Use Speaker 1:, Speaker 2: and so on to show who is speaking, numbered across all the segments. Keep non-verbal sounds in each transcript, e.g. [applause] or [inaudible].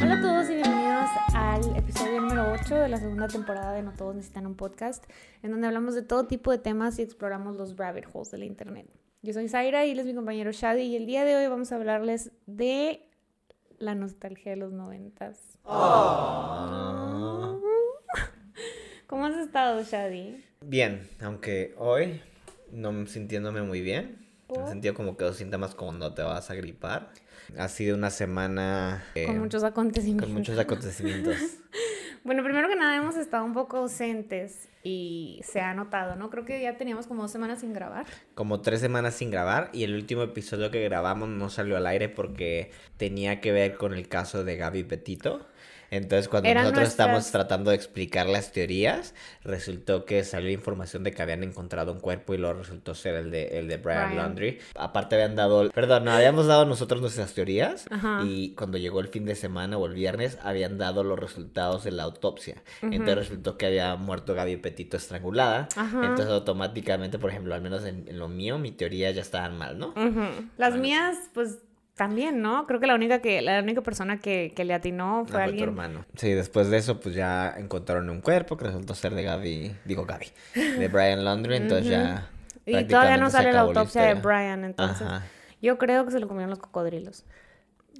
Speaker 1: Hola a todos y bienvenidos al episodio número 8 de la segunda temporada de No Todos Necesitan un Podcast, en donde hablamos de todo tipo de temas y exploramos los rabbit holes de la internet. Yo soy Zaira y él es mi compañero Shadi y el día de hoy vamos a hablarles de la nostalgia de los noventas.
Speaker 2: Ah.
Speaker 1: ¿Cómo has estado, Shadi?
Speaker 2: Bien, aunque hoy no sintiéndome muy bien. En el
Speaker 1: ¿Por?
Speaker 2: sentido como que los síntomas como no te vas a gripar. Ha sido una semana eh,
Speaker 1: Con muchos acontecimientos.
Speaker 2: con muchos acontecimientos.
Speaker 1: [laughs] Bueno, primero que nada hemos estado un poco ausentes y se ha notado, ¿no? Creo que ya teníamos como dos semanas sin grabar.
Speaker 2: Como tres semanas sin grabar y el último episodio que grabamos no salió al aire porque tenía que ver con el caso de Gaby Petito. Entonces cuando
Speaker 1: Eran
Speaker 2: nosotros
Speaker 1: nuestras-
Speaker 2: estamos tratando de explicar las teorías, resultó que salió información de que habían encontrado un cuerpo y lo resultó ser el de, el de Brian,
Speaker 1: Brian.
Speaker 2: Laundry. Aparte habían dado, perdón, no, habíamos dado nosotros nuestras teorías
Speaker 1: Ajá.
Speaker 2: y cuando llegó el fin de semana o el viernes habían dado los resultados de la autopsia. Entonces resultó que había muerto Gaby Petito estrangulada.
Speaker 1: Ajá.
Speaker 2: Entonces automáticamente, por ejemplo, al menos en, en lo mío, mi teoría ya estaban mal,
Speaker 1: Mm,
Speaker 2: ¿no?
Speaker 1: Las
Speaker 2: Bueno.
Speaker 1: mías, pues también, ¿no? Creo que la única que la única persona que, que le atinó
Speaker 2: Ah,
Speaker 1: fue
Speaker 2: tu
Speaker 1: alguien.
Speaker 2: hermano. Sí, después de eso, pues ya encontraron un cuerpo que resultó ser de Gaby, digo Gaby, de Brian Laundry, entonces ya.
Speaker 1: Y todavía no
Speaker 2: prácticamente se
Speaker 1: sale la
Speaker 2: acabó
Speaker 1: autopsia de
Speaker 2: historia.
Speaker 1: Brian, entonces.
Speaker 2: Ajá.
Speaker 1: Yo creo que se lo comieron los cocodrilos.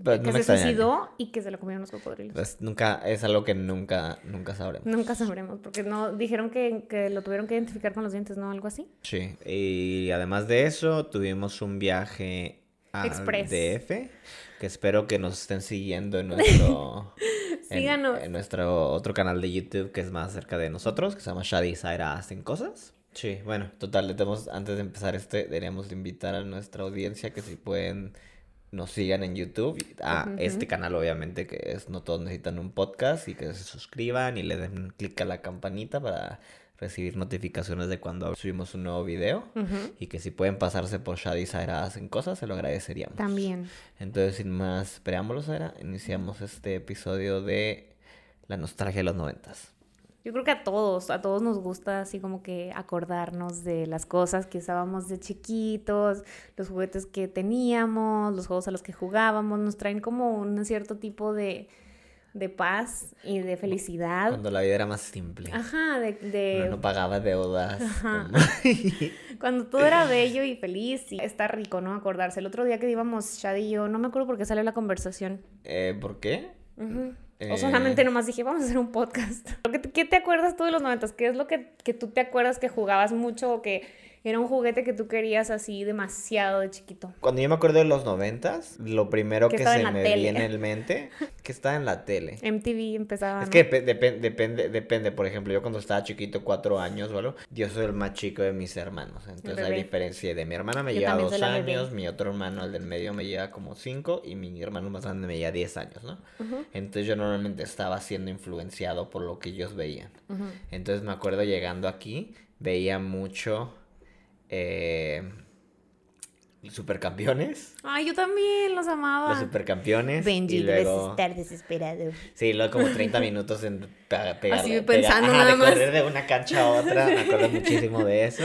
Speaker 2: Pero no
Speaker 1: que
Speaker 2: me
Speaker 1: se
Speaker 2: extrañaría.
Speaker 1: suicidó y que se lo comieron los cocodrilos.
Speaker 2: Pues nunca, es algo que nunca, nunca sabremos.
Speaker 1: Nunca sabremos, porque no dijeron que, que lo tuvieron que identificar con los dientes, ¿no? Algo así.
Speaker 2: Sí, y además de eso, tuvimos un viaje al
Speaker 1: Express.
Speaker 2: DF, que espero que nos estén siguiendo
Speaker 1: [laughs]
Speaker 2: en nuestro, en,
Speaker 1: Síganos.
Speaker 2: en nuestro otro canal de YouTube que es más cerca de nosotros, que se llama Shadi y Zaira Hacen Cosas. Sí, bueno, total, le tenemos- antes de empezar este, deberíamos de invitar a nuestra audiencia que si pueden nos sigan en YouTube, a
Speaker 1: Ujú, ujú.
Speaker 2: este canal obviamente que es No Todos Necesitan un Podcast y que se suscriban y le den clic a la campanita para recibir notificaciones de cuando subimos un nuevo video
Speaker 1: Ujú.
Speaker 2: y que si pueden pasarse por Shadi y Zaira Hacen Cosas, se lo agradeceríamos.
Speaker 1: También.
Speaker 2: Entonces, sin más preámbulos, Sara, iniciamos este episodio de la nostalgia de los noventas.
Speaker 1: Yo creo que a todos, a todos nos gusta así como que acordarnos de las cosas que usábamos de chiquitos, los juguetes que teníamos, los juegos a los que jugábamos, nos traen como un cierto tipo de, de paz y de felicidad.
Speaker 2: Cuando la vida era más simple.
Speaker 1: Ajá, de, de-
Speaker 2: Uno no pagaba deudas.
Speaker 1: Ajá.
Speaker 2: como- [laughs]
Speaker 1: cuando todo era bello y feliz y está rico, ¿no? Acordarse. El otro día que íbamos Shad y yo, no me acuerdo por qué salió la conversación.
Speaker 2: Eh, ¿Por qué?
Speaker 1: Ujú. O
Speaker 2: Eh,
Speaker 1: solamente nomás dije, vamos a hacer un podcast. [laughs] Lo que- ¿Qué te acuerdas tú de los noventas? ¿Qué es lo que, que tú te acuerdas que jugabas mucho o que era un juguete que tú querías así demasiado de chiquito?
Speaker 2: Cuando yo me acuerdo de los noventas, lo primero
Speaker 1: Que
Speaker 2: que
Speaker 1: estaba en
Speaker 2: se
Speaker 1: la
Speaker 2: me
Speaker 1: tele. [laughs]
Speaker 2: viene en mente que estaba en la tele.
Speaker 1: MTV empezaba.
Speaker 2: Es
Speaker 1: Ah, ¿no?
Speaker 2: que depe- depen- depende, depende. Por ejemplo, yo cuando estaba chiquito, cuatro años o algo, yo soy el más chico de mis hermanos. Entonces hay
Speaker 1: bebé.
Speaker 2: diferencia. De mi hermana me
Speaker 1: Yo
Speaker 2: lleva
Speaker 1: también soy
Speaker 2: dos
Speaker 1: la bebé.
Speaker 2: años, mi otro hermano, el del medio, me lleva como cinco y mi hermano más grande me lleva diez años, ¿no?
Speaker 1: Ujú,
Speaker 2: Entonces yo normalmente estaba siendo influenciado por lo que ellos veían.
Speaker 1: ujú.
Speaker 2: Entonces me acuerdo llegando aquí, veía mucho eh, Supercampeones.
Speaker 1: Ay, yo también los amaba.
Speaker 2: Los supercampeones.
Speaker 1: Ah. Benji,
Speaker 2: y
Speaker 1: debes
Speaker 2: luego...
Speaker 1: estar desesperado.
Speaker 2: Sí, luego
Speaker 1: [laughs]
Speaker 2: como 30 minutos en pega- pegarle-
Speaker 1: Así
Speaker 2: pega-
Speaker 1: pensando
Speaker 2: ajá, de
Speaker 1: nada más.
Speaker 2: correr de una cancha a otra, me acuerdo muchísimo de eso.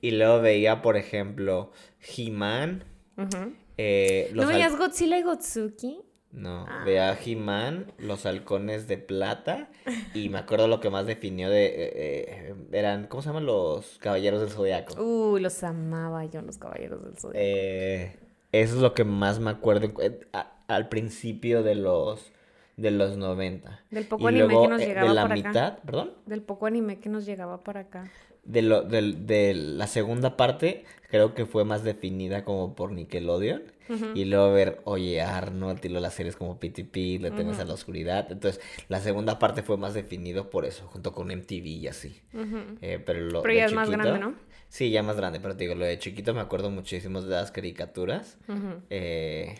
Speaker 2: Y luego veía, por ejemplo, He-Man,
Speaker 1: Ujú.
Speaker 2: eh, los
Speaker 1: ¿No
Speaker 2: al-
Speaker 1: veías Godzilla y Gotsuki?
Speaker 2: No,
Speaker 1: Ah.
Speaker 2: veía He-Man, los halcones de plata, y me acuerdo lo que más definió de... eh, eh, eran, ¿cómo se llaman los caballeros del zodiaco?
Speaker 1: Uh, los amaba yo, los caballeros del sol.
Speaker 2: Eh, eso es lo que más me acuerdo eh, a- al principio de los de los 90.
Speaker 1: Del
Speaker 2: Y
Speaker 1: poco anime
Speaker 2: luego,
Speaker 1: que nos
Speaker 2: eh,
Speaker 1: llegaba
Speaker 2: de la
Speaker 1: por acá.
Speaker 2: mitad, perdón,
Speaker 1: Del poco anime que nos llegaba para acá.
Speaker 2: de, lo, del- de la segunda parte, creo que fue más definida como por Nickelodeon.
Speaker 1: Ujú.
Speaker 2: Y luego ver, oye, Arnold, y luego las series como PTP, Le temes a
Speaker 1: Ujú.
Speaker 2: la oscuridad. Entonces, la segunda parte fue más definido por eso, junto con MTV y así.
Speaker 1: Ujú.
Speaker 2: Eh, pero lo
Speaker 1: Pero
Speaker 2: de
Speaker 1: ya es más
Speaker 2: chiquito-
Speaker 1: grande, ¿no?
Speaker 2: Sí, ya más grande, pero te digo, lo de chiquito me acuerdo muchísimo de las caricaturas.
Speaker 1: Ujú.
Speaker 2: Eh,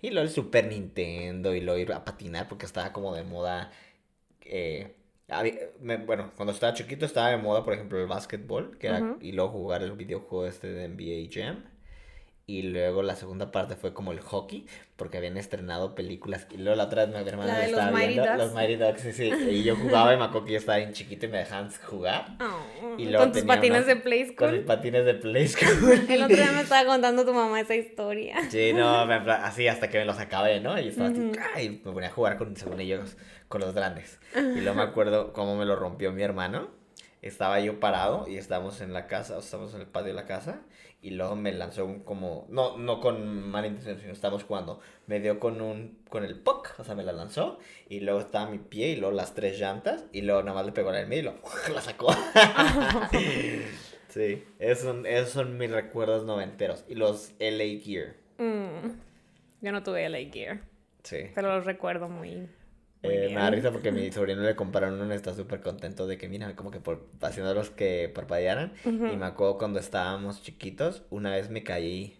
Speaker 2: y luego el Super Nintendo y luego ir a patinar porque estaba como de moda. eh, habí- me- bueno, cuando estaba chiquito estaba de moda, por ejemplo, el básquetbol, que era,
Speaker 1: Ujú.
Speaker 2: y luego jugar el videojuego este de NBA Jam. Y luego la segunda parte fue como el hockey, porque habían estrenado películas. Y luego la otra vez mi hermana
Speaker 1: La
Speaker 2: me
Speaker 1: de los
Speaker 2: estaba
Speaker 1: Mighty
Speaker 2: viendo
Speaker 1: Ducks.
Speaker 2: los Mighty Ducks, sí, sí. Y yo jugaba y me acuerdo que yo estaba bien chiquito y me dejaban
Speaker 1: [laughs]
Speaker 2: jugar.
Speaker 1: Oh,
Speaker 2: Y luego
Speaker 1: con tus
Speaker 2: tenía
Speaker 1: patines
Speaker 2: unas-
Speaker 1: de Play
Speaker 2: Con mis
Speaker 1: School.
Speaker 2: patines de Play School.
Speaker 1: El
Speaker 2: [laughs]
Speaker 1: otro día me estaba contando tu mamá esa historia.
Speaker 2: Sí, no, me apla- así hasta que me los acabé, ¿no? Y estaba así, ¡ah! y me ponía a jugar con, según ellos, con los grandes. Y luego me acuerdo cómo me lo rompió mi hermano. Estaba yo parado y estábamos en la casa, o estábamos en el patio de la casa. Y luego me lanzó un como, no, no con mala intención, sino estábamos jugando. Me dio con un, con el puck, o sea, me la lanzó. Y luego estaba mi pie y luego las tres llantas. Y luego nada más le pegó a la del medio y lo, [laughs] la sacó. sí, esos son, esos son mis recuerdos noventeros. Y los LA Gear.
Speaker 1: Mm, Yo no tuve LA Gear,
Speaker 2: Sí.
Speaker 1: pero los recuerdo muy, muy
Speaker 2: Eh,
Speaker 1: bien.
Speaker 2: me da risa
Speaker 1: [laughs]
Speaker 2: porque mi sobrino le compraron uno y está súper contento de que, mira, como que por, haciendo los que parpadearan. Y me acuerdo cuando estábamos chiquitos, una vez me caí.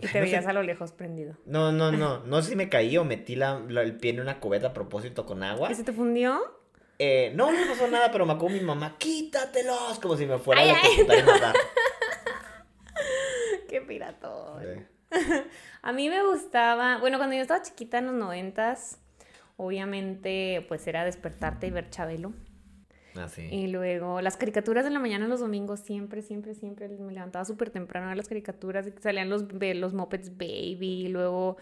Speaker 1: Y te
Speaker 2: Ay, [laughs] no, sé-
Speaker 1: veías a lo lejos prendido.
Speaker 2: no,
Speaker 1: [laughs]
Speaker 2: no, no. No sé si me caí o metí la, la- el pie en una cubeta a propósito con agua.
Speaker 1: ¿Y se te fundió? [laughs]
Speaker 2: Eh, no, no pasó nada, pero me acuerdo mi mamá, quítatelos, como si me fuera
Speaker 1: Ay,
Speaker 2: a
Speaker 1: ay,
Speaker 2: electrocutar y
Speaker 1: [laughs]
Speaker 2: matar.
Speaker 1: ¡Qué piratón!
Speaker 2: Sí.
Speaker 1: A mí me gustaba, bueno, cuando yo estaba chiquita en los noventas, obviamente pues era despertarte y ver Chabelo.
Speaker 2: Ah, sí.
Speaker 1: Y luego las caricaturas de la mañana los domingos, siempre, siempre, siempre me levantaba súper temprano a ver las caricaturas, y salían los, be- los Muppets Baby, y luego,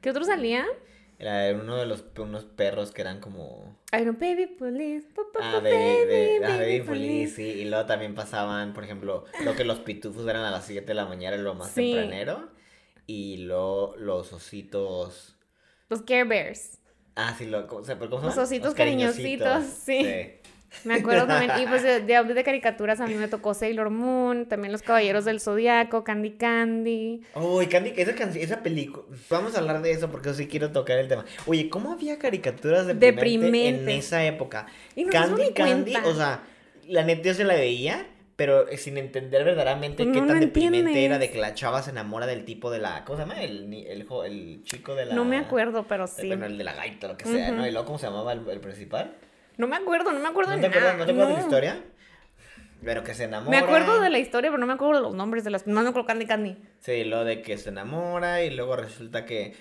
Speaker 1: ¿qué otro salía?
Speaker 2: Era uno de los unos perros que eran como...
Speaker 1: Ay, no, Baby Police, pa, pa,
Speaker 2: Ah,
Speaker 1: pa,
Speaker 2: de, de, ah, Baby Feliz,
Speaker 1: Police.
Speaker 2: sí. Y luego también pasaban, por ejemplo, lo que los pitufos eran a las 7 de la mañana, lo más
Speaker 1: Sí.
Speaker 2: tempranero. Y luego los ositos.
Speaker 1: Los Care Bears.
Speaker 2: Ah, sí, lo, ¿cómo, se- pero ¿cómo se
Speaker 1: Los
Speaker 2: llaman?
Speaker 1: ositos cariñositos, sí. Me acuerdo también, y pues de, de, de caricaturas a mí me tocó Sailor Moon, también Los Caballeros del Zodiaco, Candy Candy.
Speaker 2: Uy, Candy, esa, canci- esa película. Vamos a hablar de eso porque yo sí quiero tocar el tema. Oye, ¿cómo había caricaturas deprimente, en
Speaker 1: Deprimente.
Speaker 2: esa época?
Speaker 1: Y nos dimos
Speaker 2: Candy,
Speaker 1: ni
Speaker 2: Candy,
Speaker 1: cuenta.
Speaker 2: o sea, la neta yo se la veía, pero eh, sin entender verdaderamente
Speaker 1: Pues
Speaker 2: qué
Speaker 1: no
Speaker 2: tan
Speaker 1: lo
Speaker 2: deprimente
Speaker 1: entiendes.
Speaker 2: era de que la chava se enamora del tipo de la. ¿Cómo se llama? El, ni- el, jo- el chico de la.
Speaker 1: No me acuerdo, pero
Speaker 2: de-
Speaker 1: sí.
Speaker 2: Bueno, el de la gaita, lo que sea, ¿no? Y luego, ¿cómo se llamaba el, el principal?
Speaker 1: No me acuerdo, no me acuerdo
Speaker 2: ¿No
Speaker 1: de
Speaker 2: te acuerdas,
Speaker 1: nada.
Speaker 2: ¿no te acuerdas de
Speaker 1: ah, no.
Speaker 2: la historia? Pero que se enamora.
Speaker 1: Me acuerdo de la historia, pero no me acuerdo los nombres de las. No me acuerdo Candy Candy.
Speaker 2: Sí, lo de que se enamora y luego resulta que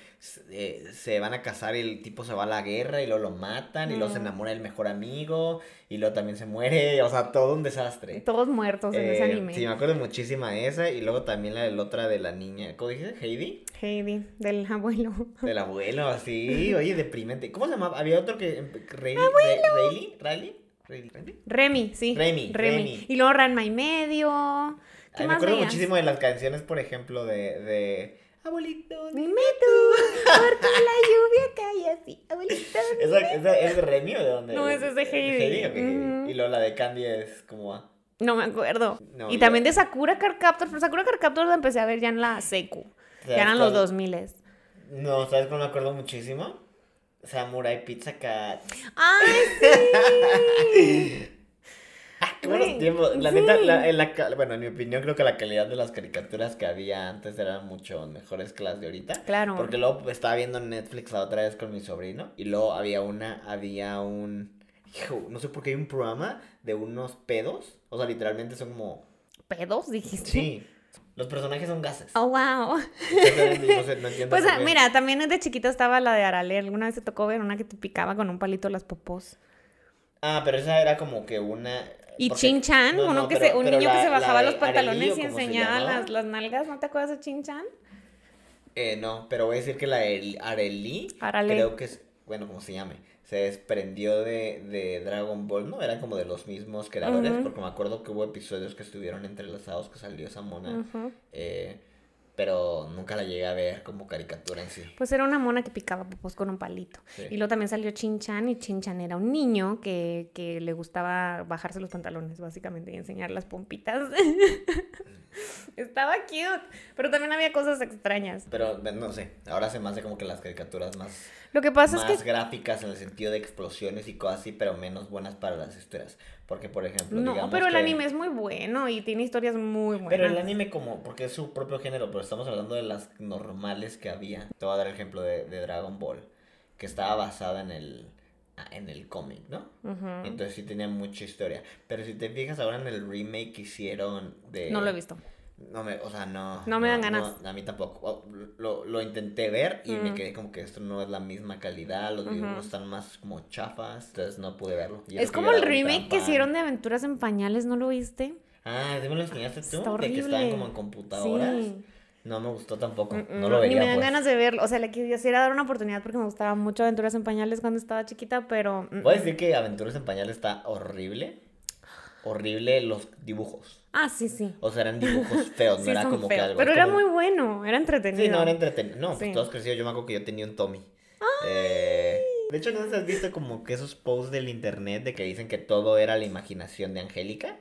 Speaker 2: eh, se van a casar y el tipo se va a la guerra y luego lo matan y luego se
Speaker 1: Mm.
Speaker 2: enamora el mejor amigo y luego también se muere, o sea, todo un desastre.
Speaker 1: Todos muertos en ese
Speaker 2: Eh,
Speaker 1: anime.
Speaker 2: Sí, me acuerdo muchísima esa y luego también la del otra de la niña, ¿cómo dices?
Speaker 1: [laughs]
Speaker 2: Heidi,
Speaker 1: Heidi, del abuelo. [laughs]
Speaker 2: del abuelo, así, oye, deprimente. ¿Cómo se llamaba? Había otro que... Rayleigh, Rayleigh, Rayleigh, Rayleigh, Rayleigh.
Speaker 1: Remy, sí.
Speaker 2: Remy, Remy.
Speaker 1: Y luego Ranma y medio. ¿Qué
Speaker 2: Ay, me
Speaker 1: más
Speaker 2: acuerdo
Speaker 1: veías?
Speaker 2: muchísimo de las canciones, por ejemplo, de... de... Abuelito,
Speaker 1: Dime tú, porque la lluvia cae así,
Speaker 2: [laughs]
Speaker 1: abuelito.
Speaker 2: ¿Esa, esa- es de Remy o de dónde?
Speaker 1: No, esa es de Heidi.
Speaker 2: ok,
Speaker 1: Ujú.
Speaker 2: Y luego la de Candy es como. ah,
Speaker 1: No me acuerdo.
Speaker 2: No,
Speaker 1: y
Speaker 2: yo-
Speaker 1: también de Sakura Carcaptor, pero Sakura Carcaptor la empecé a ver ya en la secu. Ya
Speaker 2: ¿sabes
Speaker 1: eran los
Speaker 2: cuál?
Speaker 1: 2000
Speaker 2: No, ¿sabes cuál me acuerdo muchísimo? Samurai Pizza Cat.
Speaker 1: ¡Ay,
Speaker 2: [laughs] Ah, qué buenos
Speaker 1: Güey,
Speaker 2: tiempos. La
Speaker 1: sí.
Speaker 2: neta, la- en la ca- bueno, en mi opinión, creo que la calidad de las caricaturas que había antes eran mucho mejores que las de ahorita.
Speaker 1: Claro.
Speaker 2: Porque luego estaba viendo Netflix la otra vez con mi sobrino. Y luego había una, había un. Hijo, no sé por qué hay un programa de unos pedos. O sea, literalmente son como.
Speaker 1: pedos dijiste?
Speaker 2: Sí. Los personajes son gases.
Speaker 1: Oh, wow.
Speaker 2: Exactamente, no sé, no entiendo
Speaker 1: Pues
Speaker 2: por
Speaker 1: ah,
Speaker 2: qué.
Speaker 1: mira, también de chiquita estaba la de Arale. Alguna vez te tocó ver una que te picaba con un palito las popós.
Speaker 2: Ah, pero esa era como que una.
Speaker 1: Y
Speaker 2: porque-
Speaker 1: Chin Chan,
Speaker 2: no, no,
Speaker 1: uno que
Speaker 2: pero-
Speaker 1: se, un
Speaker 2: pero
Speaker 1: niño que
Speaker 2: la-
Speaker 1: se
Speaker 2: la
Speaker 1: bajaba
Speaker 2: de
Speaker 1: los pantalones
Speaker 2: Arelillo,
Speaker 1: y
Speaker 2: ¿cómo se
Speaker 1: enseñaba
Speaker 2: llamaba?
Speaker 1: las, las nalgas. ¿No te acuerdas de Chin Chan?
Speaker 2: Eh, no, pero voy a decir que la de Areli.
Speaker 1: Arale.
Speaker 2: Creo que es. Bueno, como se llame. Se desprendió de, de Dragon Ball, ¿no? Eran como de los mismos creadores.
Speaker 1: Ujú.
Speaker 2: Porque me acuerdo que hubo episodios que estuvieron entrelazados que salió esa mona.
Speaker 1: Ujú.
Speaker 2: eh, pero nunca la llegué a ver como caricatura en sí.
Speaker 1: Pues era una mona que picaba popos con un palito.
Speaker 2: Sí.
Speaker 1: Y luego también salió Chin Chan y Chin Chan era un niño que, que le gustaba bajarse los pantalones básicamente y enseñar las pompitas. [laughs] Estaba cute, pero también había cosas extrañas.
Speaker 2: Pero no sé, ahora se me hace como que las caricaturas más
Speaker 1: Lo que pasa
Speaker 2: más
Speaker 1: Pues es que...
Speaker 2: gráficas en el sentido de explosiones y cosas así, pero menos buenas para las historias. Porque, por ejemplo,
Speaker 1: No,
Speaker 2: digamos
Speaker 1: pero el
Speaker 2: que-
Speaker 1: anime es muy bueno y tiene historias muy buenas.
Speaker 2: Pero el anime como, porque es su propio género, pero estamos hablando de las normales que había. Te voy a dar el ejemplo de, de Dragon Ball, que estaba basada en el, en el cómic, ¿no?
Speaker 1: Ujú.
Speaker 2: Entonces sí tenía mucha historia. Pero si te fijas ahora en el remake que hicieron de...
Speaker 1: No lo he visto.
Speaker 2: No me, o sea, no.
Speaker 1: No me dan ganas.
Speaker 2: no, a mí tampoco. O- Lo, lo intenté ver y me
Speaker 1: Mm.
Speaker 2: quedé como que esto no es la misma calidad, los dibujos
Speaker 1: Ujú.
Speaker 2: están más como chafas, entonces no pude verlo. Y
Speaker 1: Es
Speaker 2: que
Speaker 1: como
Speaker 2: hubiera
Speaker 1: el
Speaker 2: dado un
Speaker 1: remake que
Speaker 2: trampán.
Speaker 1: hicieron de Aventuras en Pañales, ¿no lo viste?
Speaker 2: Ah, ¿sí me lo enseñaste
Speaker 1: Está
Speaker 2: tú? De que
Speaker 1: horrible.
Speaker 2: estaban como en computadoras.
Speaker 1: Sí.
Speaker 2: No me gustó tampoco,
Speaker 1: Mm,
Speaker 2: no lo vería
Speaker 1: Ni me dan
Speaker 2: pues.
Speaker 1: ganas de verlo. O sea, le quisiera dar una oportunidad porque me gustaba mucho Aventuras en Pañales cuando estaba chiquita, pero. mm,
Speaker 2: Voy a decir que Aventuras en Pañal está horrible. Horrible los dibujos.
Speaker 1: Ah, sí, sí.
Speaker 2: O sea,
Speaker 1: [laughs]
Speaker 2: eran dibujos feos, no
Speaker 1: Sí,
Speaker 2: era
Speaker 1: son
Speaker 2: como que
Speaker 1: feos,
Speaker 2: algo.
Speaker 1: Pero
Speaker 2: es
Speaker 1: era
Speaker 2: como-
Speaker 1: muy bueno, era entretenido.
Speaker 2: Sí, no, era entretenido. No, pues
Speaker 1: Sí.
Speaker 2: todos crecidos. Yo me acuerdo que yo tenía un Tommy. Eh, de hecho, ¿no sé si has visto como que esos posts del internet de que dicen que todo era la imaginación de Angélica?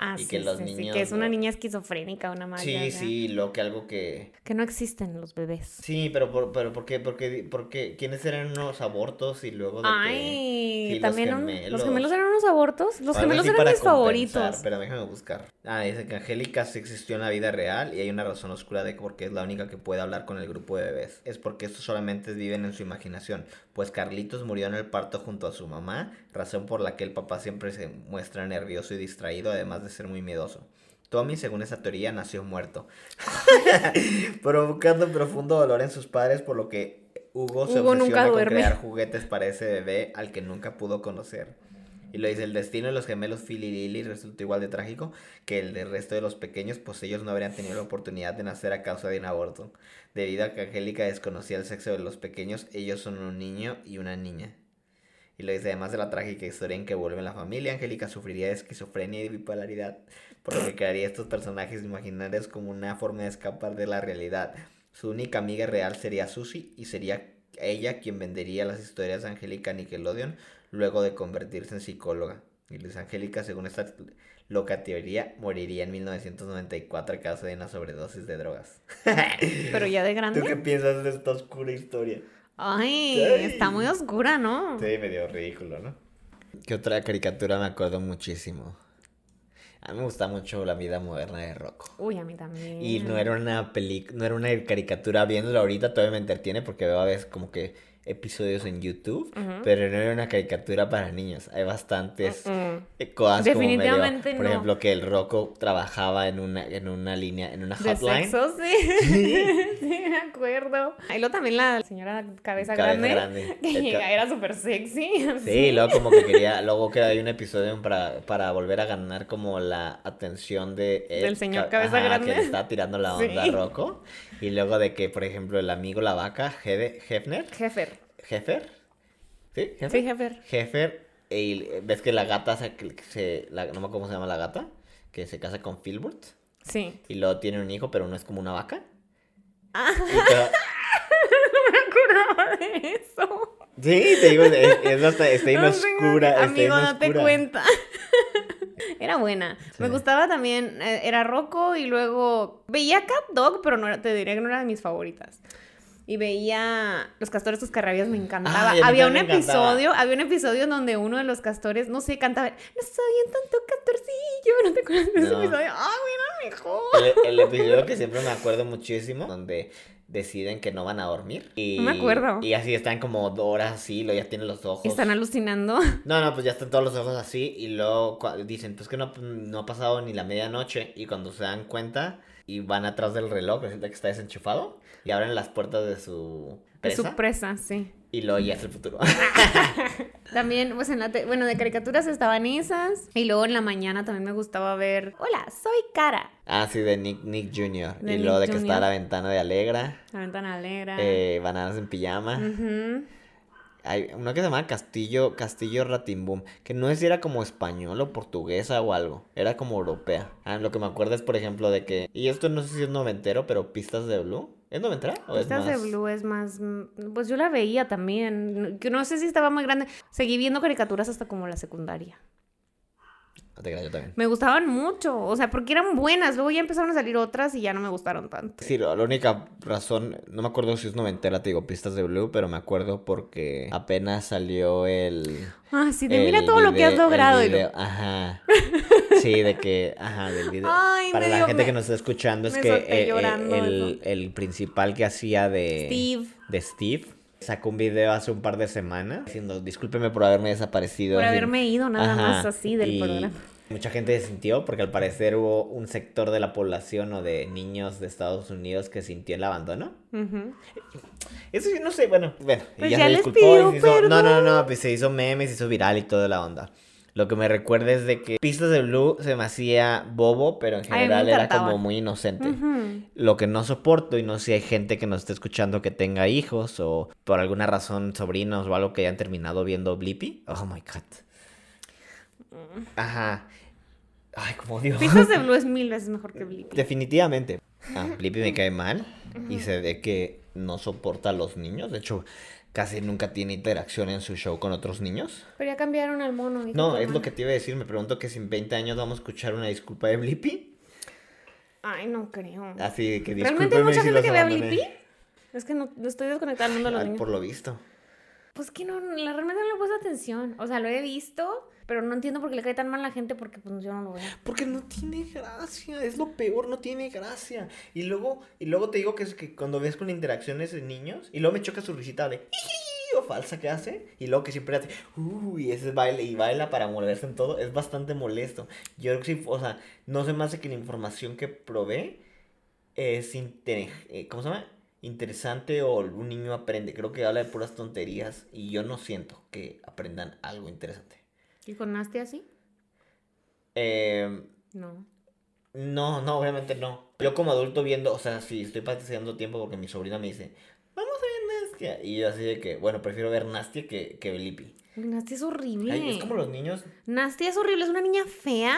Speaker 1: Ah,
Speaker 2: y
Speaker 1: sí,
Speaker 2: que los
Speaker 1: sí, sí,
Speaker 2: niños
Speaker 1: que es una
Speaker 2: no-
Speaker 1: niña esquizofrénica, una madre.
Speaker 2: sí,
Speaker 1: acá.
Speaker 2: sí, lo que algo que...
Speaker 1: Que no existen los bebés.
Speaker 2: Sí, pero, por, pero ¿por qué? Porque, porque ¿quiénes eran los abortos y luego de que...
Speaker 1: Ay,
Speaker 2: sí, los
Speaker 1: también un- los gemelos.
Speaker 2: gemelos.
Speaker 1: eran unos abortos. Los
Speaker 2: Algo
Speaker 1: gemelos
Speaker 2: así
Speaker 1: eran
Speaker 2: para
Speaker 1: mis favoritos.
Speaker 2: compensar, Pero déjame buscar. Ah, dice que Angélica sí existió en la vida real y hay una razón oscura de por qué es la única que puede hablar con el grupo de bebés. Es porque estos solamente viven en su imaginación, pues Carlitos murió en el parto junto a su mamá, razón por la que el papá siempre se muestra nervioso y distraído, además de ser muy miedoso. Tommy, según esa teoría, nació muerto, [laughs] provocando profundo dolor en sus padres, por lo que Hugo se
Speaker 1: Hugo
Speaker 2: obsesiona
Speaker 1: nunca
Speaker 2: con
Speaker 1: duerme.
Speaker 2: crear juguetes para ese bebé al que nunca pudo conocer. Y lo dice, el destino de los gemelos Phil y Lily resultó igual de trágico que el del resto de los pequeños, pues ellos no habrían tenido la oportunidad de nacer a causa de un aborto. Debido a que Angélica desconocía el sexo de los pequeños, ellos son un niño y una niña. Y lo dice, además de la trágica historia en que vuelve la familia, Angélica sufriría de esquizofrenia y bipolaridad, por [coughs] lo que crearía estos personajes imaginarios como una forma de escapar de la realidad. Su única amiga real sería Susie y sería ella quien vendería las historias de Angélica a Nickelodeon luego de convertirse en psicóloga. Y Luis Angélica, según esta loca teoría, moriría en 1994 a causa de una sobredosis de drogas.
Speaker 1: Pero ya de
Speaker 2: ¿Tú qué
Speaker 1: grande.
Speaker 2: piensas de esta oscura historia?
Speaker 1: Ay,
Speaker 2: Ey.
Speaker 1: está muy oscura, ¿no?
Speaker 2: Sí, medio ridículo, ¿no? ¿Qué otra caricatura me acuerdo muchísimo? A mí me gusta mucho La vida moderna de Rocco.
Speaker 1: Uy, a mí también.
Speaker 2: Y no era una película, no era una caricatura, viéndola ahorita todavía me entretiene porque veo a veces como que episodios en YouTube,
Speaker 1: Ujú.
Speaker 2: pero no era una caricatura para niños. Hay bastantes
Speaker 1: Mm.
Speaker 2: eh, cosas como medio-
Speaker 1: Definitivamente
Speaker 2: por
Speaker 1: no.
Speaker 2: ejemplo, que el Rocco trabajaba en una, en una línea, en una
Speaker 1: ¿De
Speaker 2: hotline.
Speaker 1: sexo? Sí. [laughs] sí, me acuerdo. Y luego también la señora Cabeza,
Speaker 2: Cabeza
Speaker 1: Grande.
Speaker 2: grande.
Speaker 1: [laughs] Que
Speaker 2: El ca-
Speaker 1: llega, era súper sexy.
Speaker 2: Sí, y luego como
Speaker 1: [laughs]
Speaker 2: que quería, luego que hay un episodio para, para volver a ganar como la atención de Ed,
Speaker 1: Del señor
Speaker 2: ca-
Speaker 1: cabeza
Speaker 2: ajá, que
Speaker 1: grande.
Speaker 2: le está tirando la
Speaker 1: Sí.
Speaker 2: onda a Rocco. Y luego de que, por ejemplo, el amigo la vaca, Hede- Hefner,
Speaker 1: Jefer.
Speaker 2: Hefer, ¿sí? Hefer,
Speaker 1: Sí, Jefer.
Speaker 2: Hefer, y eh, ves que la gata, se, que se- la- no me acuerdo cómo se llama la gata, que se casa con Filbert,
Speaker 1: Sí.
Speaker 2: y luego tiene un hijo, pero no es como una vaca.
Speaker 1: Ah.
Speaker 2: Y todo-
Speaker 1: [laughs] Me acordaba de eso.
Speaker 2: Sí, te digo, es, es hasta- está bien
Speaker 1: No tengo-
Speaker 2: oscura, está bien
Speaker 1: Amigo, date
Speaker 2: oscura.
Speaker 1: cuenta. [laughs] Era buena. Me
Speaker 2: Sí.
Speaker 1: gustaba también, eh, era Rocco y luego veía Cat Dog, pero no era- te diría que no era de mis favoritas. Y veía Los Castores Tus Carrabias, me encantaba.
Speaker 2: Ay, a mí
Speaker 1: había un
Speaker 2: también me encantaba.
Speaker 1: episodio, había un episodio en donde uno de los castores, no sé, cantaba, no soy un tanto castorcillo, [laughs] ¿no te acuerdas de ese
Speaker 2: No.
Speaker 1: episodio? ¡Ah, güey, era el mejor!
Speaker 2: El, el episodio que siempre me acuerdo muchísimo, donde deciden que no van a dormir. Y,
Speaker 1: No me acuerdo.
Speaker 2: Y así están como dos horas así, lo ya tienen los ojos.
Speaker 1: Están alucinando.
Speaker 2: No, no, pues ya están todos los ojos así y luego cua- dicen, pues que no, no ha pasado ni la medianoche y cuando se dan cuenta y van atrás del reloj, resulta que está desenchufado y abren las puertas de su
Speaker 1: De
Speaker 2: presa
Speaker 1: su presa, sí.
Speaker 2: y luego ya es el futuro. [laughs]
Speaker 1: También, pues en la te- bueno, de caricaturas estaban esas. Y luego en la mañana también me gustaba ver. Hola, soy Cara.
Speaker 2: ah, sí, de Nick, Nick Jr.
Speaker 1: De
Speaker 2: y luego de
Speaker 1: Nick
Speaker 2: que está
Speaker 1: Jr..
Speaker 2: la ventana de Alegra,
Speaker 1: La ventana alegra.
Speaker 2: eh, bananas en pijama.
Speaker 1: Ujú.
Speaker 2: Hay uno que se llamaba Castillo, Castillo Ratimbum, que no es si era como español o portuguesa o algo, era como europea. Ah, lo que me acuerdo es, por ejemplo, de que, y esto no sé si es noventero, pero Pistas de Blue, ¿es noventera o es
Speaker 1: Estas de
Speaker 2: más?
Speaker 1: Blue es más. mm, Pues yo la veía también. que No sé si estaba muy grande. Seguí viendo caricaturas hasta como la secundaria.
Speaker 2: No te creas, yo también.
Speaker 1: Me gustaban mucho. O sea, porque eran buenas. Luego ya empezaron a salir otras y ya no me gustaron tanto.
Speaker 2: Sí, la la única razón, no me acuerdo si es noventera, te digo, Pistas de Blue, pero me acuerdo porque apenas salió el...
Speaker 1: Ah, sí, de mira
Speaker 2: el
Speaker 1: todo lo que
Speaker 2: video-
Speaker 1: has logrado.
Speaker 2: el
Speaker 1: y lo-
Speaker 2: video, eh,
Speaker 1: [laughs]
Speaker 2: Ajá. Sí, de que, ajá, del video.
Speaker 1: Ay,
Speaker 2: Para
Speaker 1: me
Speaker 2: la
Speaker 1: dio-
Speaker 2: gente
Speaker 1: me-
Speaker 2: que nos está escuchando es
Speaker 1: me
Speaker 2: que
Speaker 1: solté
Speaker 2: eh, eh,
Speaker 1: llorando
Speaker 2: el, el principal que hacía de
Speaker 1: Steve.
Speaker 2: de Steve sacó un video hace un par de semanas diciendo, discúlpeme por haberme desaparecido.
Speaker 1: Por
Speaker 2: así-
Speaker 1: haberme ido nada
Speaker 2: Ajá,
Speaker 1: más así del
Speaker 2: y-
Speaker 1: programa.
Speaker 2: Mucha gente se sintió porque al parecer hubo un sector de la población o de niños de Estados Unidos que sintió el abandono.
Speaker 1: Ujú.
Speaker 2: Eso yo no sé, bueno, bueno. y
Speaker 1: Pues
Speaker 2: ya
Speaker 1: ya
Speaker 2: se
Speaker 1: les
Speaker 2: disculpó
Speaker 1: pidió
Speaker 2: y se hizo- No, no,
Speaker 1: perdón.
Speaker 2: no, pues se hizo memes, se hizo viral y toda la onda. Lo que me recuerda es de que Pistas de Blue se me hacía bobo, pero
Speaker 1: me
Speaker 2: en general era
Speaker 1: encantaba.
Speaker 2: como muy inocente.
Speaker 1: Ujú.
Speaker 2: Lo que no soporto, y no sé si hay gente que nos esté escuchando que tenga hijos o por alguna razón sobrinos o algo que hayan terminado viendo Blippi. Oh my god.
Speaker 1: Mm.
Speaker 2: Ajá. Ay, como Dios.
Speaker 1: Pistas de Blue es mil veces mejor que Blippi.
Speaker 2: Definitivamente.
Speaker 1: [laughs]
Speaker 2: A Blippi me cae mal y se ve que no soporta a los niños. De hecho, casi nunca tiene interacción en su show con otros niños.
Speaker 1: Pero ya cambiaron al mono. dijo
Speaker 2: No,
Speaker 1: tu
Speaker 2: es lo
Speaker 1: hermana.
Speaker 2: que te iba a decir. Me pregunto que si en 20 años vamos a escuchar una disculpa de Blippi.
Speaker 1: Ay, no creo.
Speaker 2: Así de Ah, que
Speaker 1: Realmente hay mucha
Speaker 2: discúlpenme si
Speaker 1: gente
Speaker 2: los
Speaker 1: que ve a
Speaker 2: abandoné.
Speaker 1: Blippi. Es que no, estoy desconectada al mundo de los
Speaker 2: Ay,
Speaker 1: niños.
Speaker 2: Por lo visto.
Speaker 1: Pues que no, la, realmente no le he puesto atención. O sea, lo he visto, pero no entiendo por qué le cae tan mal a la gente porque pues yo no lo veo.
Speaker 2: Porque no tiene gracia, es lo peor, no tiene gracia. Y luego, y luego te digo que, es que cuando ves con interacciones de niños, y luego me choca su risita de "Ijiji", o falsa que hace, y luego que siempre hace, uy, ese baile, y baila para moverse en todo, es bastante molesto. Yo creo que sí, o sea, no se me hace que la información que provee es inter- eh, ¿cómo se llama? interesante o un niño aprende. Creo que habla de puras tonterías y yo no siento que aprendan algo interesante.
Speaker 1: ¿Y con Nasty así?
Speaker 2: Eh,
Speaker 1: No.
Speaker 2: no, no, obviamente no. Yo como adulto viendo, o sea, sí, estoy pasando tiempo porque mi sobrina me dice, vamos a ver Nastia. Y yo así de que, bueno, prefiero ver Nastia que, que Blippi.
Speaker 1: Uy, Nasty es horrible.
Speaker 2: Ay, es como los niños, pe-
Speaker 1: Nasty es horrible, es una niña fea.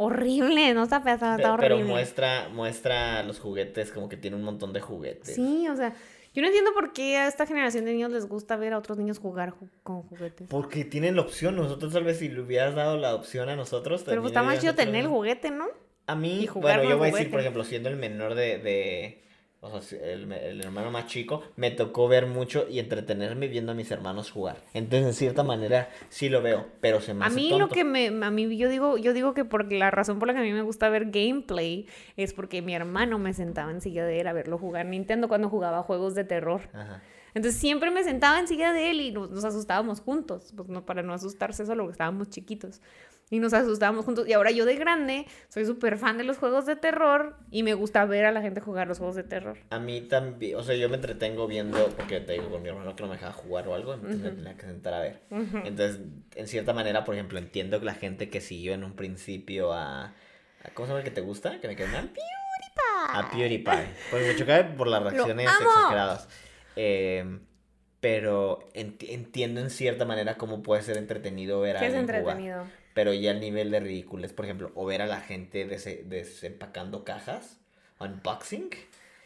Speaker 1: Horrible, no está fea, está, Ah, está
Speaker 2: pero
Speaker 1: horrible.
Speaker 2: muestra, muestra los juguetes, como que tiene un montón de juguetes.
Speaker 1: Sí, o sea, yo no entiendo por qué a esta generación de niños les gusta ver a otros niños jugar ju- con juguetes.
Speaker 2: Porque tienen la opción, nosotros tal vez si le hubieras dado la opción a nosotros.
Speaker 1: Pero pues
Speaker 2: también
Speaker 1: está más chido
Speaker 2: hubiéramos hecho lo
Speaker 1: tener el
Speaker 2: mismo.
Speaker 1: juguete, ¿no?
Speaker 2: A mí,
Speaker 1: y jugar
Speaker 2: bueno,
Speaker 1: con
Speaker 2: yo
Speaker 1: los
Speaker 2: voy a decir, por
Speaker 1: juguetes.
Speaker 2: ejemplo, siendo el menor de, de- o sea, si- el, me- el hermano más chico, me tocó ver mucho y entretenerme viendo a mis hermanos jugar. Entonces, en cierta manera, sí lo veo, pero se me
Speaker 1: A
Speaker 2: hace
Speaker 1: mí lo
Speaker 2: tonto.
Speaker 1: que me, a mí yo digo, yo digo que por la razón por la que a mí me gusta ver gameplay es porque mi hermano me sentaba en silla de él a verlo jugar Nintendo cuando jugaba juegos de terror.
Speaker 2: Ajá.
Speaker 1: Entonces siempre me sentaba en silla de él y nos, nos asustábamos juntos, pues no, para no asustarse solo que estábamos chiquitos. Y nos asustábamos juntos. Y ahora yo de grande soy súper fan de los juegos de terror y me gusta ver a la gente jugar los juegos de terror.
Speaker 2: A mí también, o sea, yo me entretengo viendo, porque te digo, con mi hermano que no me dejaba jugar o algo, entonces me tenía que sentar a ver. Entonces, en cierta manera, por ejemplo, entiendo que la gente que siguió en un principio a... a- ¿Cómo se llama el que te gusta? ¿Que me cae mal? A PewDiePie. Pues me chocaba por las reacciones
Speaker 1: amo.
Speaker 2: exageradas. Eh, pero enti- entiendo en cierta manera cómo puede ser entretenido ver a
Speaker 1: Que es
Speaker 2: alguien jugar.
Speaker 1: entretenido.
Speaker 2: Pero ya el nivel de ridículo es, por ejemplo, o ver a la gente dese- desempacando cajas, unboxing.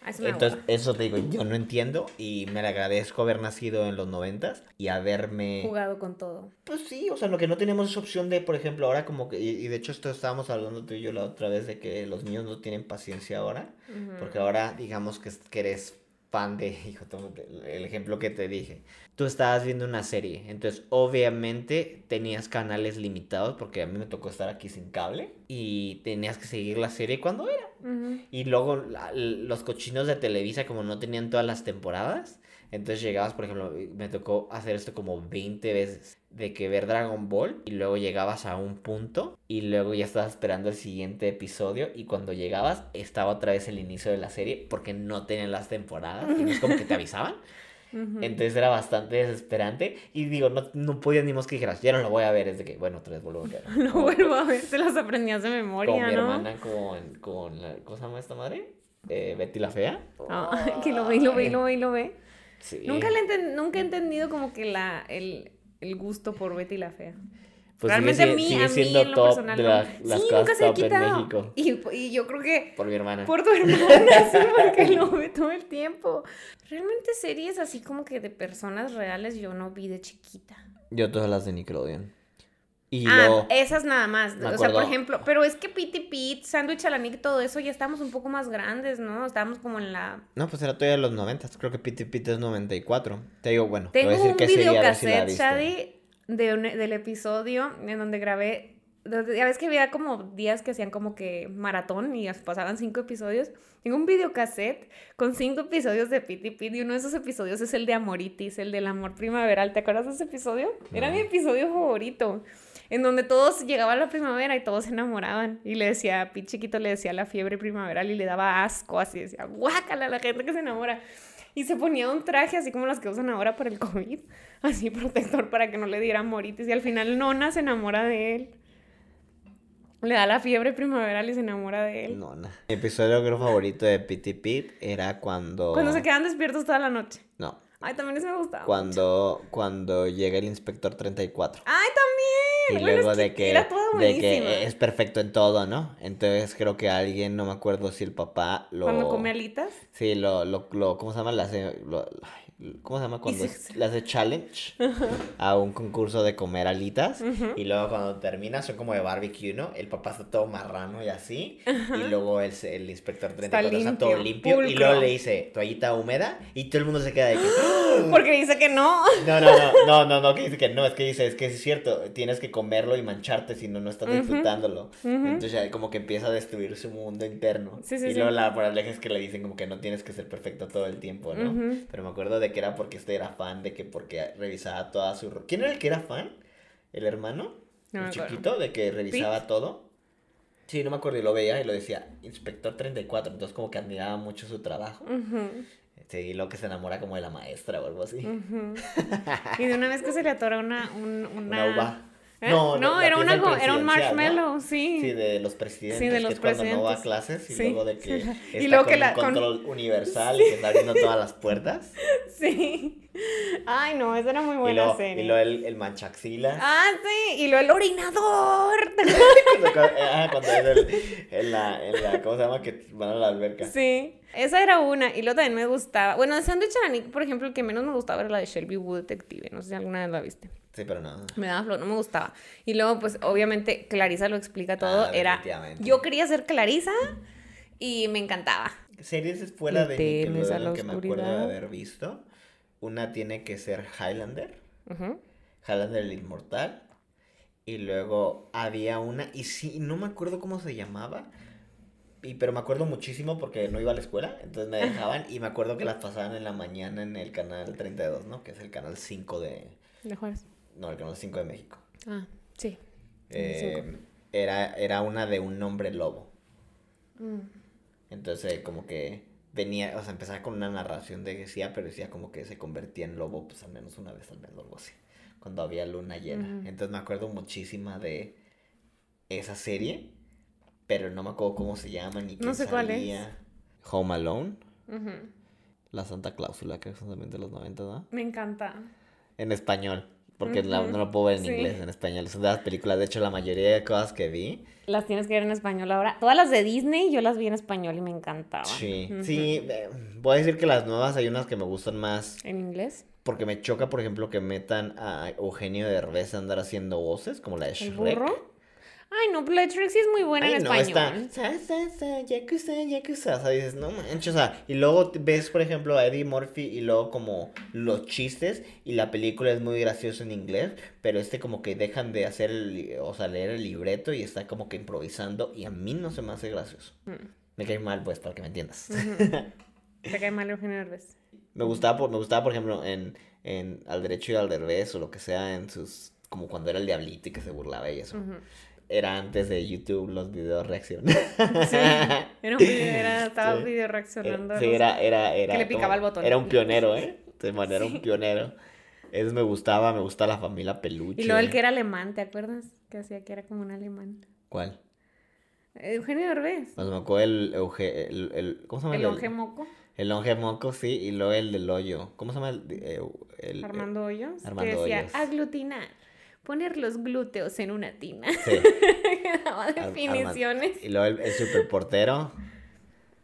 Speaker 1: Ah, eso me
Speaker 2: Entonces,
Speaker 1: gusta.
Speaker 2: eso te digo, yo no entiendo y me le agradezco haber nacido en los noventas y haberme...
Speaker 1: jugado con todo.
Speaker 2: Pues sí, o sea, lo que no tenemos es opción de, por ejemplo, ahora como que... Y, y de hecho esto estábamos hablando tú y yo la otra vez de que los niños no tienen paciencia ahora.
Speaker 1: Ujú.
Speaker 2: Porque ahora digamos que, que eres fan de, [laughs] hijo, toma el ejemplo que te dije. Tú estabas viendo una serie, entonces obviamente tenías canales limitados porque a mí me tocó estar aquí sin cable y tenías que seguir la serie cuando era.
Speaker 1: Ujú.
Speaker 2: Y luego la- los cochinos de Televisa como no tenían todas las temporadas, entonces llegabas, por ejemplo, me tocó hacer esto como 20 veces, de que ver Dragon Ball y luego llegabas a un punto y luego ya estabas esperando el siguiente episodio y cuando llegabas estaba otra vez el inicio de la serie porque no tenían las temporadas y no es como que te avisaban.
Speaker 1: Ujú.
Speaker 2: Entonces era bastante desesperante y digo, no, no podía ni más que dijeras, ya no lo voy a ver, es de que, bueno, otra vez vuelvo a ver.
Speaker 1: [laughs] Lo vuelvo a ver, se las aprendías de
Speaker 2: Con
Speaker 1: memoria,
Speaker 2: mi
Speaker 1: ¿no?
Speaker 2: hermana, con, con la, ¿cómo se llama esta madre? Eh, Betty la Fea.
Speaker 1: Ah, que lo ve, y lo ve, y lo ve, y lo ve.
Speaker 2: Sí.
Speaker 1: Nunca, le enten- nunca he entendido como que la, el, el gusto por Betty la Fea.
Speaker 2: Pues
Speaker 1: Realmente
Speaker 2: sigue,
Speaker 1: a mí,
Speaker 2: sigue
Speaker 1: a mí
Speaker 2: siendo
Speaker 1: en lo
Speaker 2: top
Speaker 1: personal
Speaker 2: de
Speaker 1: no.
Speaker 2: la- las
Speaker 1: sí,
Speaker 2: cosas
Speaker 1: nunca se ha
Speaker 2: top en
Speaker 1: quitado.
Speaker 2: México.
Speaker 1: [laughs] Y, y yo creo que
Speaker 2: Por mi hermana.
Speaker 1: por tu [laughs] hermana, sí, porque lo ve todo el tiempo. Realmente series así como que de personas reales yo no vi de chiquita.
Speaker 2: Yo todas las de Nickelodeon. Y
Speaker 1: ah,
Speaker 2: luego-
Speaker 1: esas nada más.
Speaker 2: Me
Speaker 1: O sea, por
Speaker 2: acuerdo.
Speaker 1: ejemplo, pero es que Piti Pit, Sándwich a la Nick, todo eso ya estamos un poco más grandes, ¿no? Estábamos como en la.
Speaker 2: No, pues era todavía de los 90, creo que Pete Pete es 94. Te digo, bueno, te voy
Speaker 1: Tengo
Speaker 2: a decir
Speaker 1: un
Speaker 2: qué sería a ver si la
Speaker 1: videocassette,
Speaker 2: viste.
Speaker 1: Shadi, de un- del episodio en donde grabé. donde- Ya ves que había como días que hacían como que maratón y pasaban cinco episodios. Tengo un videocassette con cinco episodios de Piti Pit y uno de esos episodios es el de Amoritis, el del amor primaveral. ¿Te acuerdas de ese episodio? Era
Speaker 2: No.
Speaker 1: mi episodio favorito. en donde todos llegaba la primavera y todos se enamoraban. Y le decía, Pi chiquito le decía la fiebre primaveral y le daba asco, así decía, guácala la gente que se enamora. Y se ponía un traje así como los que usan ahora para el COVID, [laughs] así protector para que no le diera moritis. Y al final Nona se enamora de él. Le da la fiebre primaveral y se enamora de él.
Speaker 2: No, no. Mi episodio creo favorito de Pity Pit era cuando.
Speaker 1: Cuando se quedan despiertos toda la noche.
Speaker 2: No.
Speaker 1: Ay, también eso me gustaba.
Speaker 2: Cuando, cuando llega el inspector 34.
Speaker 1: Ay,
Speaker 2: Y
Speaker 1: también. Bueno,
Speaker 2: luego
Speaker 1: es
Speaker 2: de que,
Speaker 1: era todo
Speaker 2: de
Speaker 1: buenísimo.
Speaker 2: que es perfecto en todo, ¿no? Entonces creo que alguien, no me acuerdo si el papá lo.
Speaker 1: Cuando come alitas.
Speaker 2: Sí, lo, lo, lo, ¿cómo se llama? Le hace, lo- ay, ¿cómo se llama? Cuando
Speaker 1: se-
Speaker 2: es- le hace challenge a un concurso de comer alitas. Y luego cuando termina son como de barbecue, ¿no? El papá está todo marrano y así. Y luego el, el inspector 34 está,
Speaker 1: limpio,
Speaker 2: todo limpio. Y
Speaker 1: pulcro.
Speaker 2: luego le dice toallita húmeda y todo el mundo se
Speaker 1: [gasps]
Speaker 2: queda de que... "¡Ah!".
Speaker 1: Porque dice que no.
Speaker 2: No, no, no, no, no, no, que dice que no, es que dice, es que es cierto, tienes que comerlo y mancharte, si no, no estás
Speaker 1: Ujú,
Speaker 2: disfrutándolo.
Speaker 1: ujú.
Speaker 2: Entonces ya como que empieza a destruir su mundo interno.
Speaker 1: Sí, sí,
Speaker 2: y
Speaker 1: sí.
Speaker 2: luego la moraleja es que le dicen como que no tienes que ser perfecto todo el tiempo, ¿no?
Speaker 1: Ujú.
Speaker 2: Pero me acuerdo de que era porque este era fan, de que porque revisaba toda su... ro- ¿Quién era el que era fan? ¿El hermano?
Speaker 1: No me
Speaker 2: el
Speaker 1: acuerdo.
Speaker 2: chiquito, de que revisaba todo. Sí, no me acuerdo, y lo veía y lo decía, Inspector 34, entonces como que admiraba mucho su trabajo.
Speaker 1: Ujú,
Speaker 2: Sí, y luego que se enamora como de la maestra o algo así.
Speaker 1: ujú. Y de una vez que se le atora una. un- una...
Speaker 2: Una uva.
Speaker 1: ¿Eh? No,
Speaker 2: No, no, la
Speaker 1: era,
Speaker 2: pieza
Speaker 1: una, go- era un
Speaker 2: presidencial, ¿no?
Speaker 1: marshmallow, sí.
Speaker 2: Sí, de los presidentes,
Speaker 1: Sí, de los
Speaker 2: que es cuando no va a
Speaker 1: presidentes.
Speaker 2: clases y
Speaker 1: Sí,
Speaker 2: luego de que
Speaker 1: sí. [laughs] Y
Speaker 2: está
Speaker 1: luego
Speaker 2: con
Speaker 1: que
Speaker 2: un
Speaker 1: la- con-
Speaker 2: control
Speaker 1: [laughs]
Speaker 2: universal y que está abriendo todas las puertas.
Speaker 1: Sí. Ay, no, esa era muy
Speaker 2: y
Speaker 1: buena
Speaker 2: luego,
Speaker 1: serie.
Speaker 2: y luego el, el manchaxila.
Speaker 1: Ah, sí. Y lo el orinador.
Speaker 2: Ah, [laughs] cuando es el, en la, en la, ¿cómo se llama? Que van a la alberca.
Speaker 1: Sí, esa era una. Y luego también me gustaba. Bueno, de Sandwich and Nick, por ejemplo, el que menos me gustaba era la de Shelby Wood Detective. No sé si alguna vez la viste.
Speaker 2: Sí, pero no.
Speaker 1: Me daba flor, no me gustaba. Y luego, pues, obviamente, Clarisa lo explica todo.
Speaker 2: Ah,
Speaker 1: era.
Speaker 2: definitivamente.
Speaker 1: Yo quería ser Clarisa y me encantaba.
Speaker 2: Series fuera de mí, que
Speaker 1: Temes
Speaker 2: lo-
Speaker 1: a la
Speaker 2: lo que me acuerdo de
Speaker 1: oscuridad.
Speaker 2: haber visto. Una tiene que ser Highlander.
Speaker 1: Ujú.
Speaker 2: Highlander el Inmortal. Y luego había una, y sí, no me acuerdo cómo se llamaba, y, pero me acuerdo muchísimo porque no iba a la escuela, entonces me dejaban y me acuerdo que las pasaban en la mañana en el canal 32, ¿no? Que es el canal 5 de...
Speaker 1: De Juárez.
Speaker 2: No, el canal 5 de México.
Speaker 1: Ah, sí.
Speaker 2: Eh, era, era una de un hombre lobo.
Speaker 1: Mm.
Speaker 2: Entonces como que venía, o sea, empezaba con una narración de que decía, pero decía como que se convertía en lobo, pues al menos una vez al menos, algo así, cuando había luna llena.
Speaker 1: Ujú.
Speaker 2: Entonces me acuerdo muchísima de esa serie, pero no me acuerdo cómo se llama ni quién
Speaker 1: No sé cuál es.
Speaker 2: salía. Home Alone,
Speaker 1: Ujú.
Speaker 2: La Santa Cláusula, que es también de los 90, ¿no?
Speaker 1: Me encanta.
Speaker 2: En español. Porque la-
Speaker 1: Ujú,
Speaker 2: no lo puedo ver en
Speaker 1: sí.
Speaker 2: inglés, en español. Es una de las películas. De hecho, la mayoría de cosas que vi
Speaker 1: Las tienes que ver en español ahora. Todas las de Disney yo las vi en español y me encantaban.
Speaker 2: Sí,
Speaker 1: Ah, Ujú.
Speaker 2: sí, eh, voy a decir que las nuevas hay unas que me gustan más
Speaker 1: ¿En inglés?
Speaker 2: porque me choca, por ejemplo, que metan a Eugenio Derbez a andar haciendo voces como la de
Speaker 1: ¿El
Speaker 2: Shrek.
Speaker 1: burro? Ay, no, pero la de Shrek sí es muy buena
Speaker 2: Ay,
Speaker 1: en
Speaker 2: no,
Speaker 1: español.
Speaker 2: está. Sa, sa, sa, yakuza, yakuza. O sea, dices, no manches. O sea, y luego te- ves, por ejemplo, a Eddie Murphy y luego como los chistes y la película es muy graciosa en inglés, pero este como que dejan de hacer, el li- o sea, leer el libreto y está como que improvisando y a mí no se me hace gracioso.
Speaker 1: Mm.
Speaker 2: Me cae mal, pues, para que me entiendas.
Speaker 1: Te cae mal Eugenio Derbez.
Speaker 2: Me gustaba, por, me gustaba, por ejemplo, en, en Al Derecho y al Derbez o lo que sea, en sus. Como cuando era el Diablito y que se burlaba y eso.
Speaker 1: Ujú.
Speaker 2: Era antes de YouTube los videos reacciones.
Speaker 1: Sí, era un video,
Speaker 2: [laughs]
Speaker 1: era- estaba
Speaker 2: Sí. Eh,
Speaker 1: video reaccionando.
Speaker 2: sí,
Speaker 1: no
Speaker 2: era, era, era.
Speaker 1: Que le picaba el botón.
Speaker 2: Era un pionero, ¿eh? De manera, un pionero. Eso me gustaba, me gusta la familia Peluche.
Speaker 1: Y luego el que era alemán, ¿te acuerdas? Que hacía que era como un alemán.
Speaker 2: ¿Cuál?
Speaker 1: Eugenio Derbez.
Speaker 2: Nos me acuerdo el, Euge- el, el- ¿Cómo se llama?
Speaker 1: El longe moco.
Speaker 2: El longe moco, sí. Y luego el del hoyo. ¿Cómo se llama? El, eh, el-
Speaker 1: Armando Hoyos.
Speaker 2: Armando
Speaker 1: que decía
Speaker 2: Hoyos.
Speaker 1: aglutinar. Poner los glúteos en una tina. [laughs]
Speaker 2: sí,
Speaker 1: Daba
Speaker 2: Ar- Armando.
Speaker 1: definiciones.
Speaker 2: Y luego el, el superportero.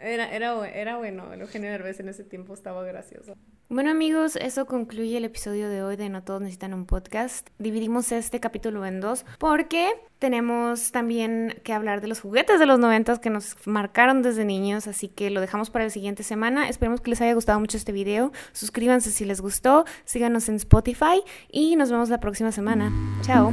Speaker 1: Era, era, bu- era bueno, el Eugenio Derbez en ese tiempo estaba gracioso. Bueno amigos, eso concluye el episodio de hoy de No Todos Necesitan un Podcast. Dividimos este capítulo en dos porque tenemos también que hablar de los juguetes de los noventas que nos marcaron desde niños, así que lo dejamos para la siguiente semana. Esperemos que les haya gustado mucho este video. Suscríbanse si les gustó, síganos en Spotify y nos vemos la próxima semana. Chao.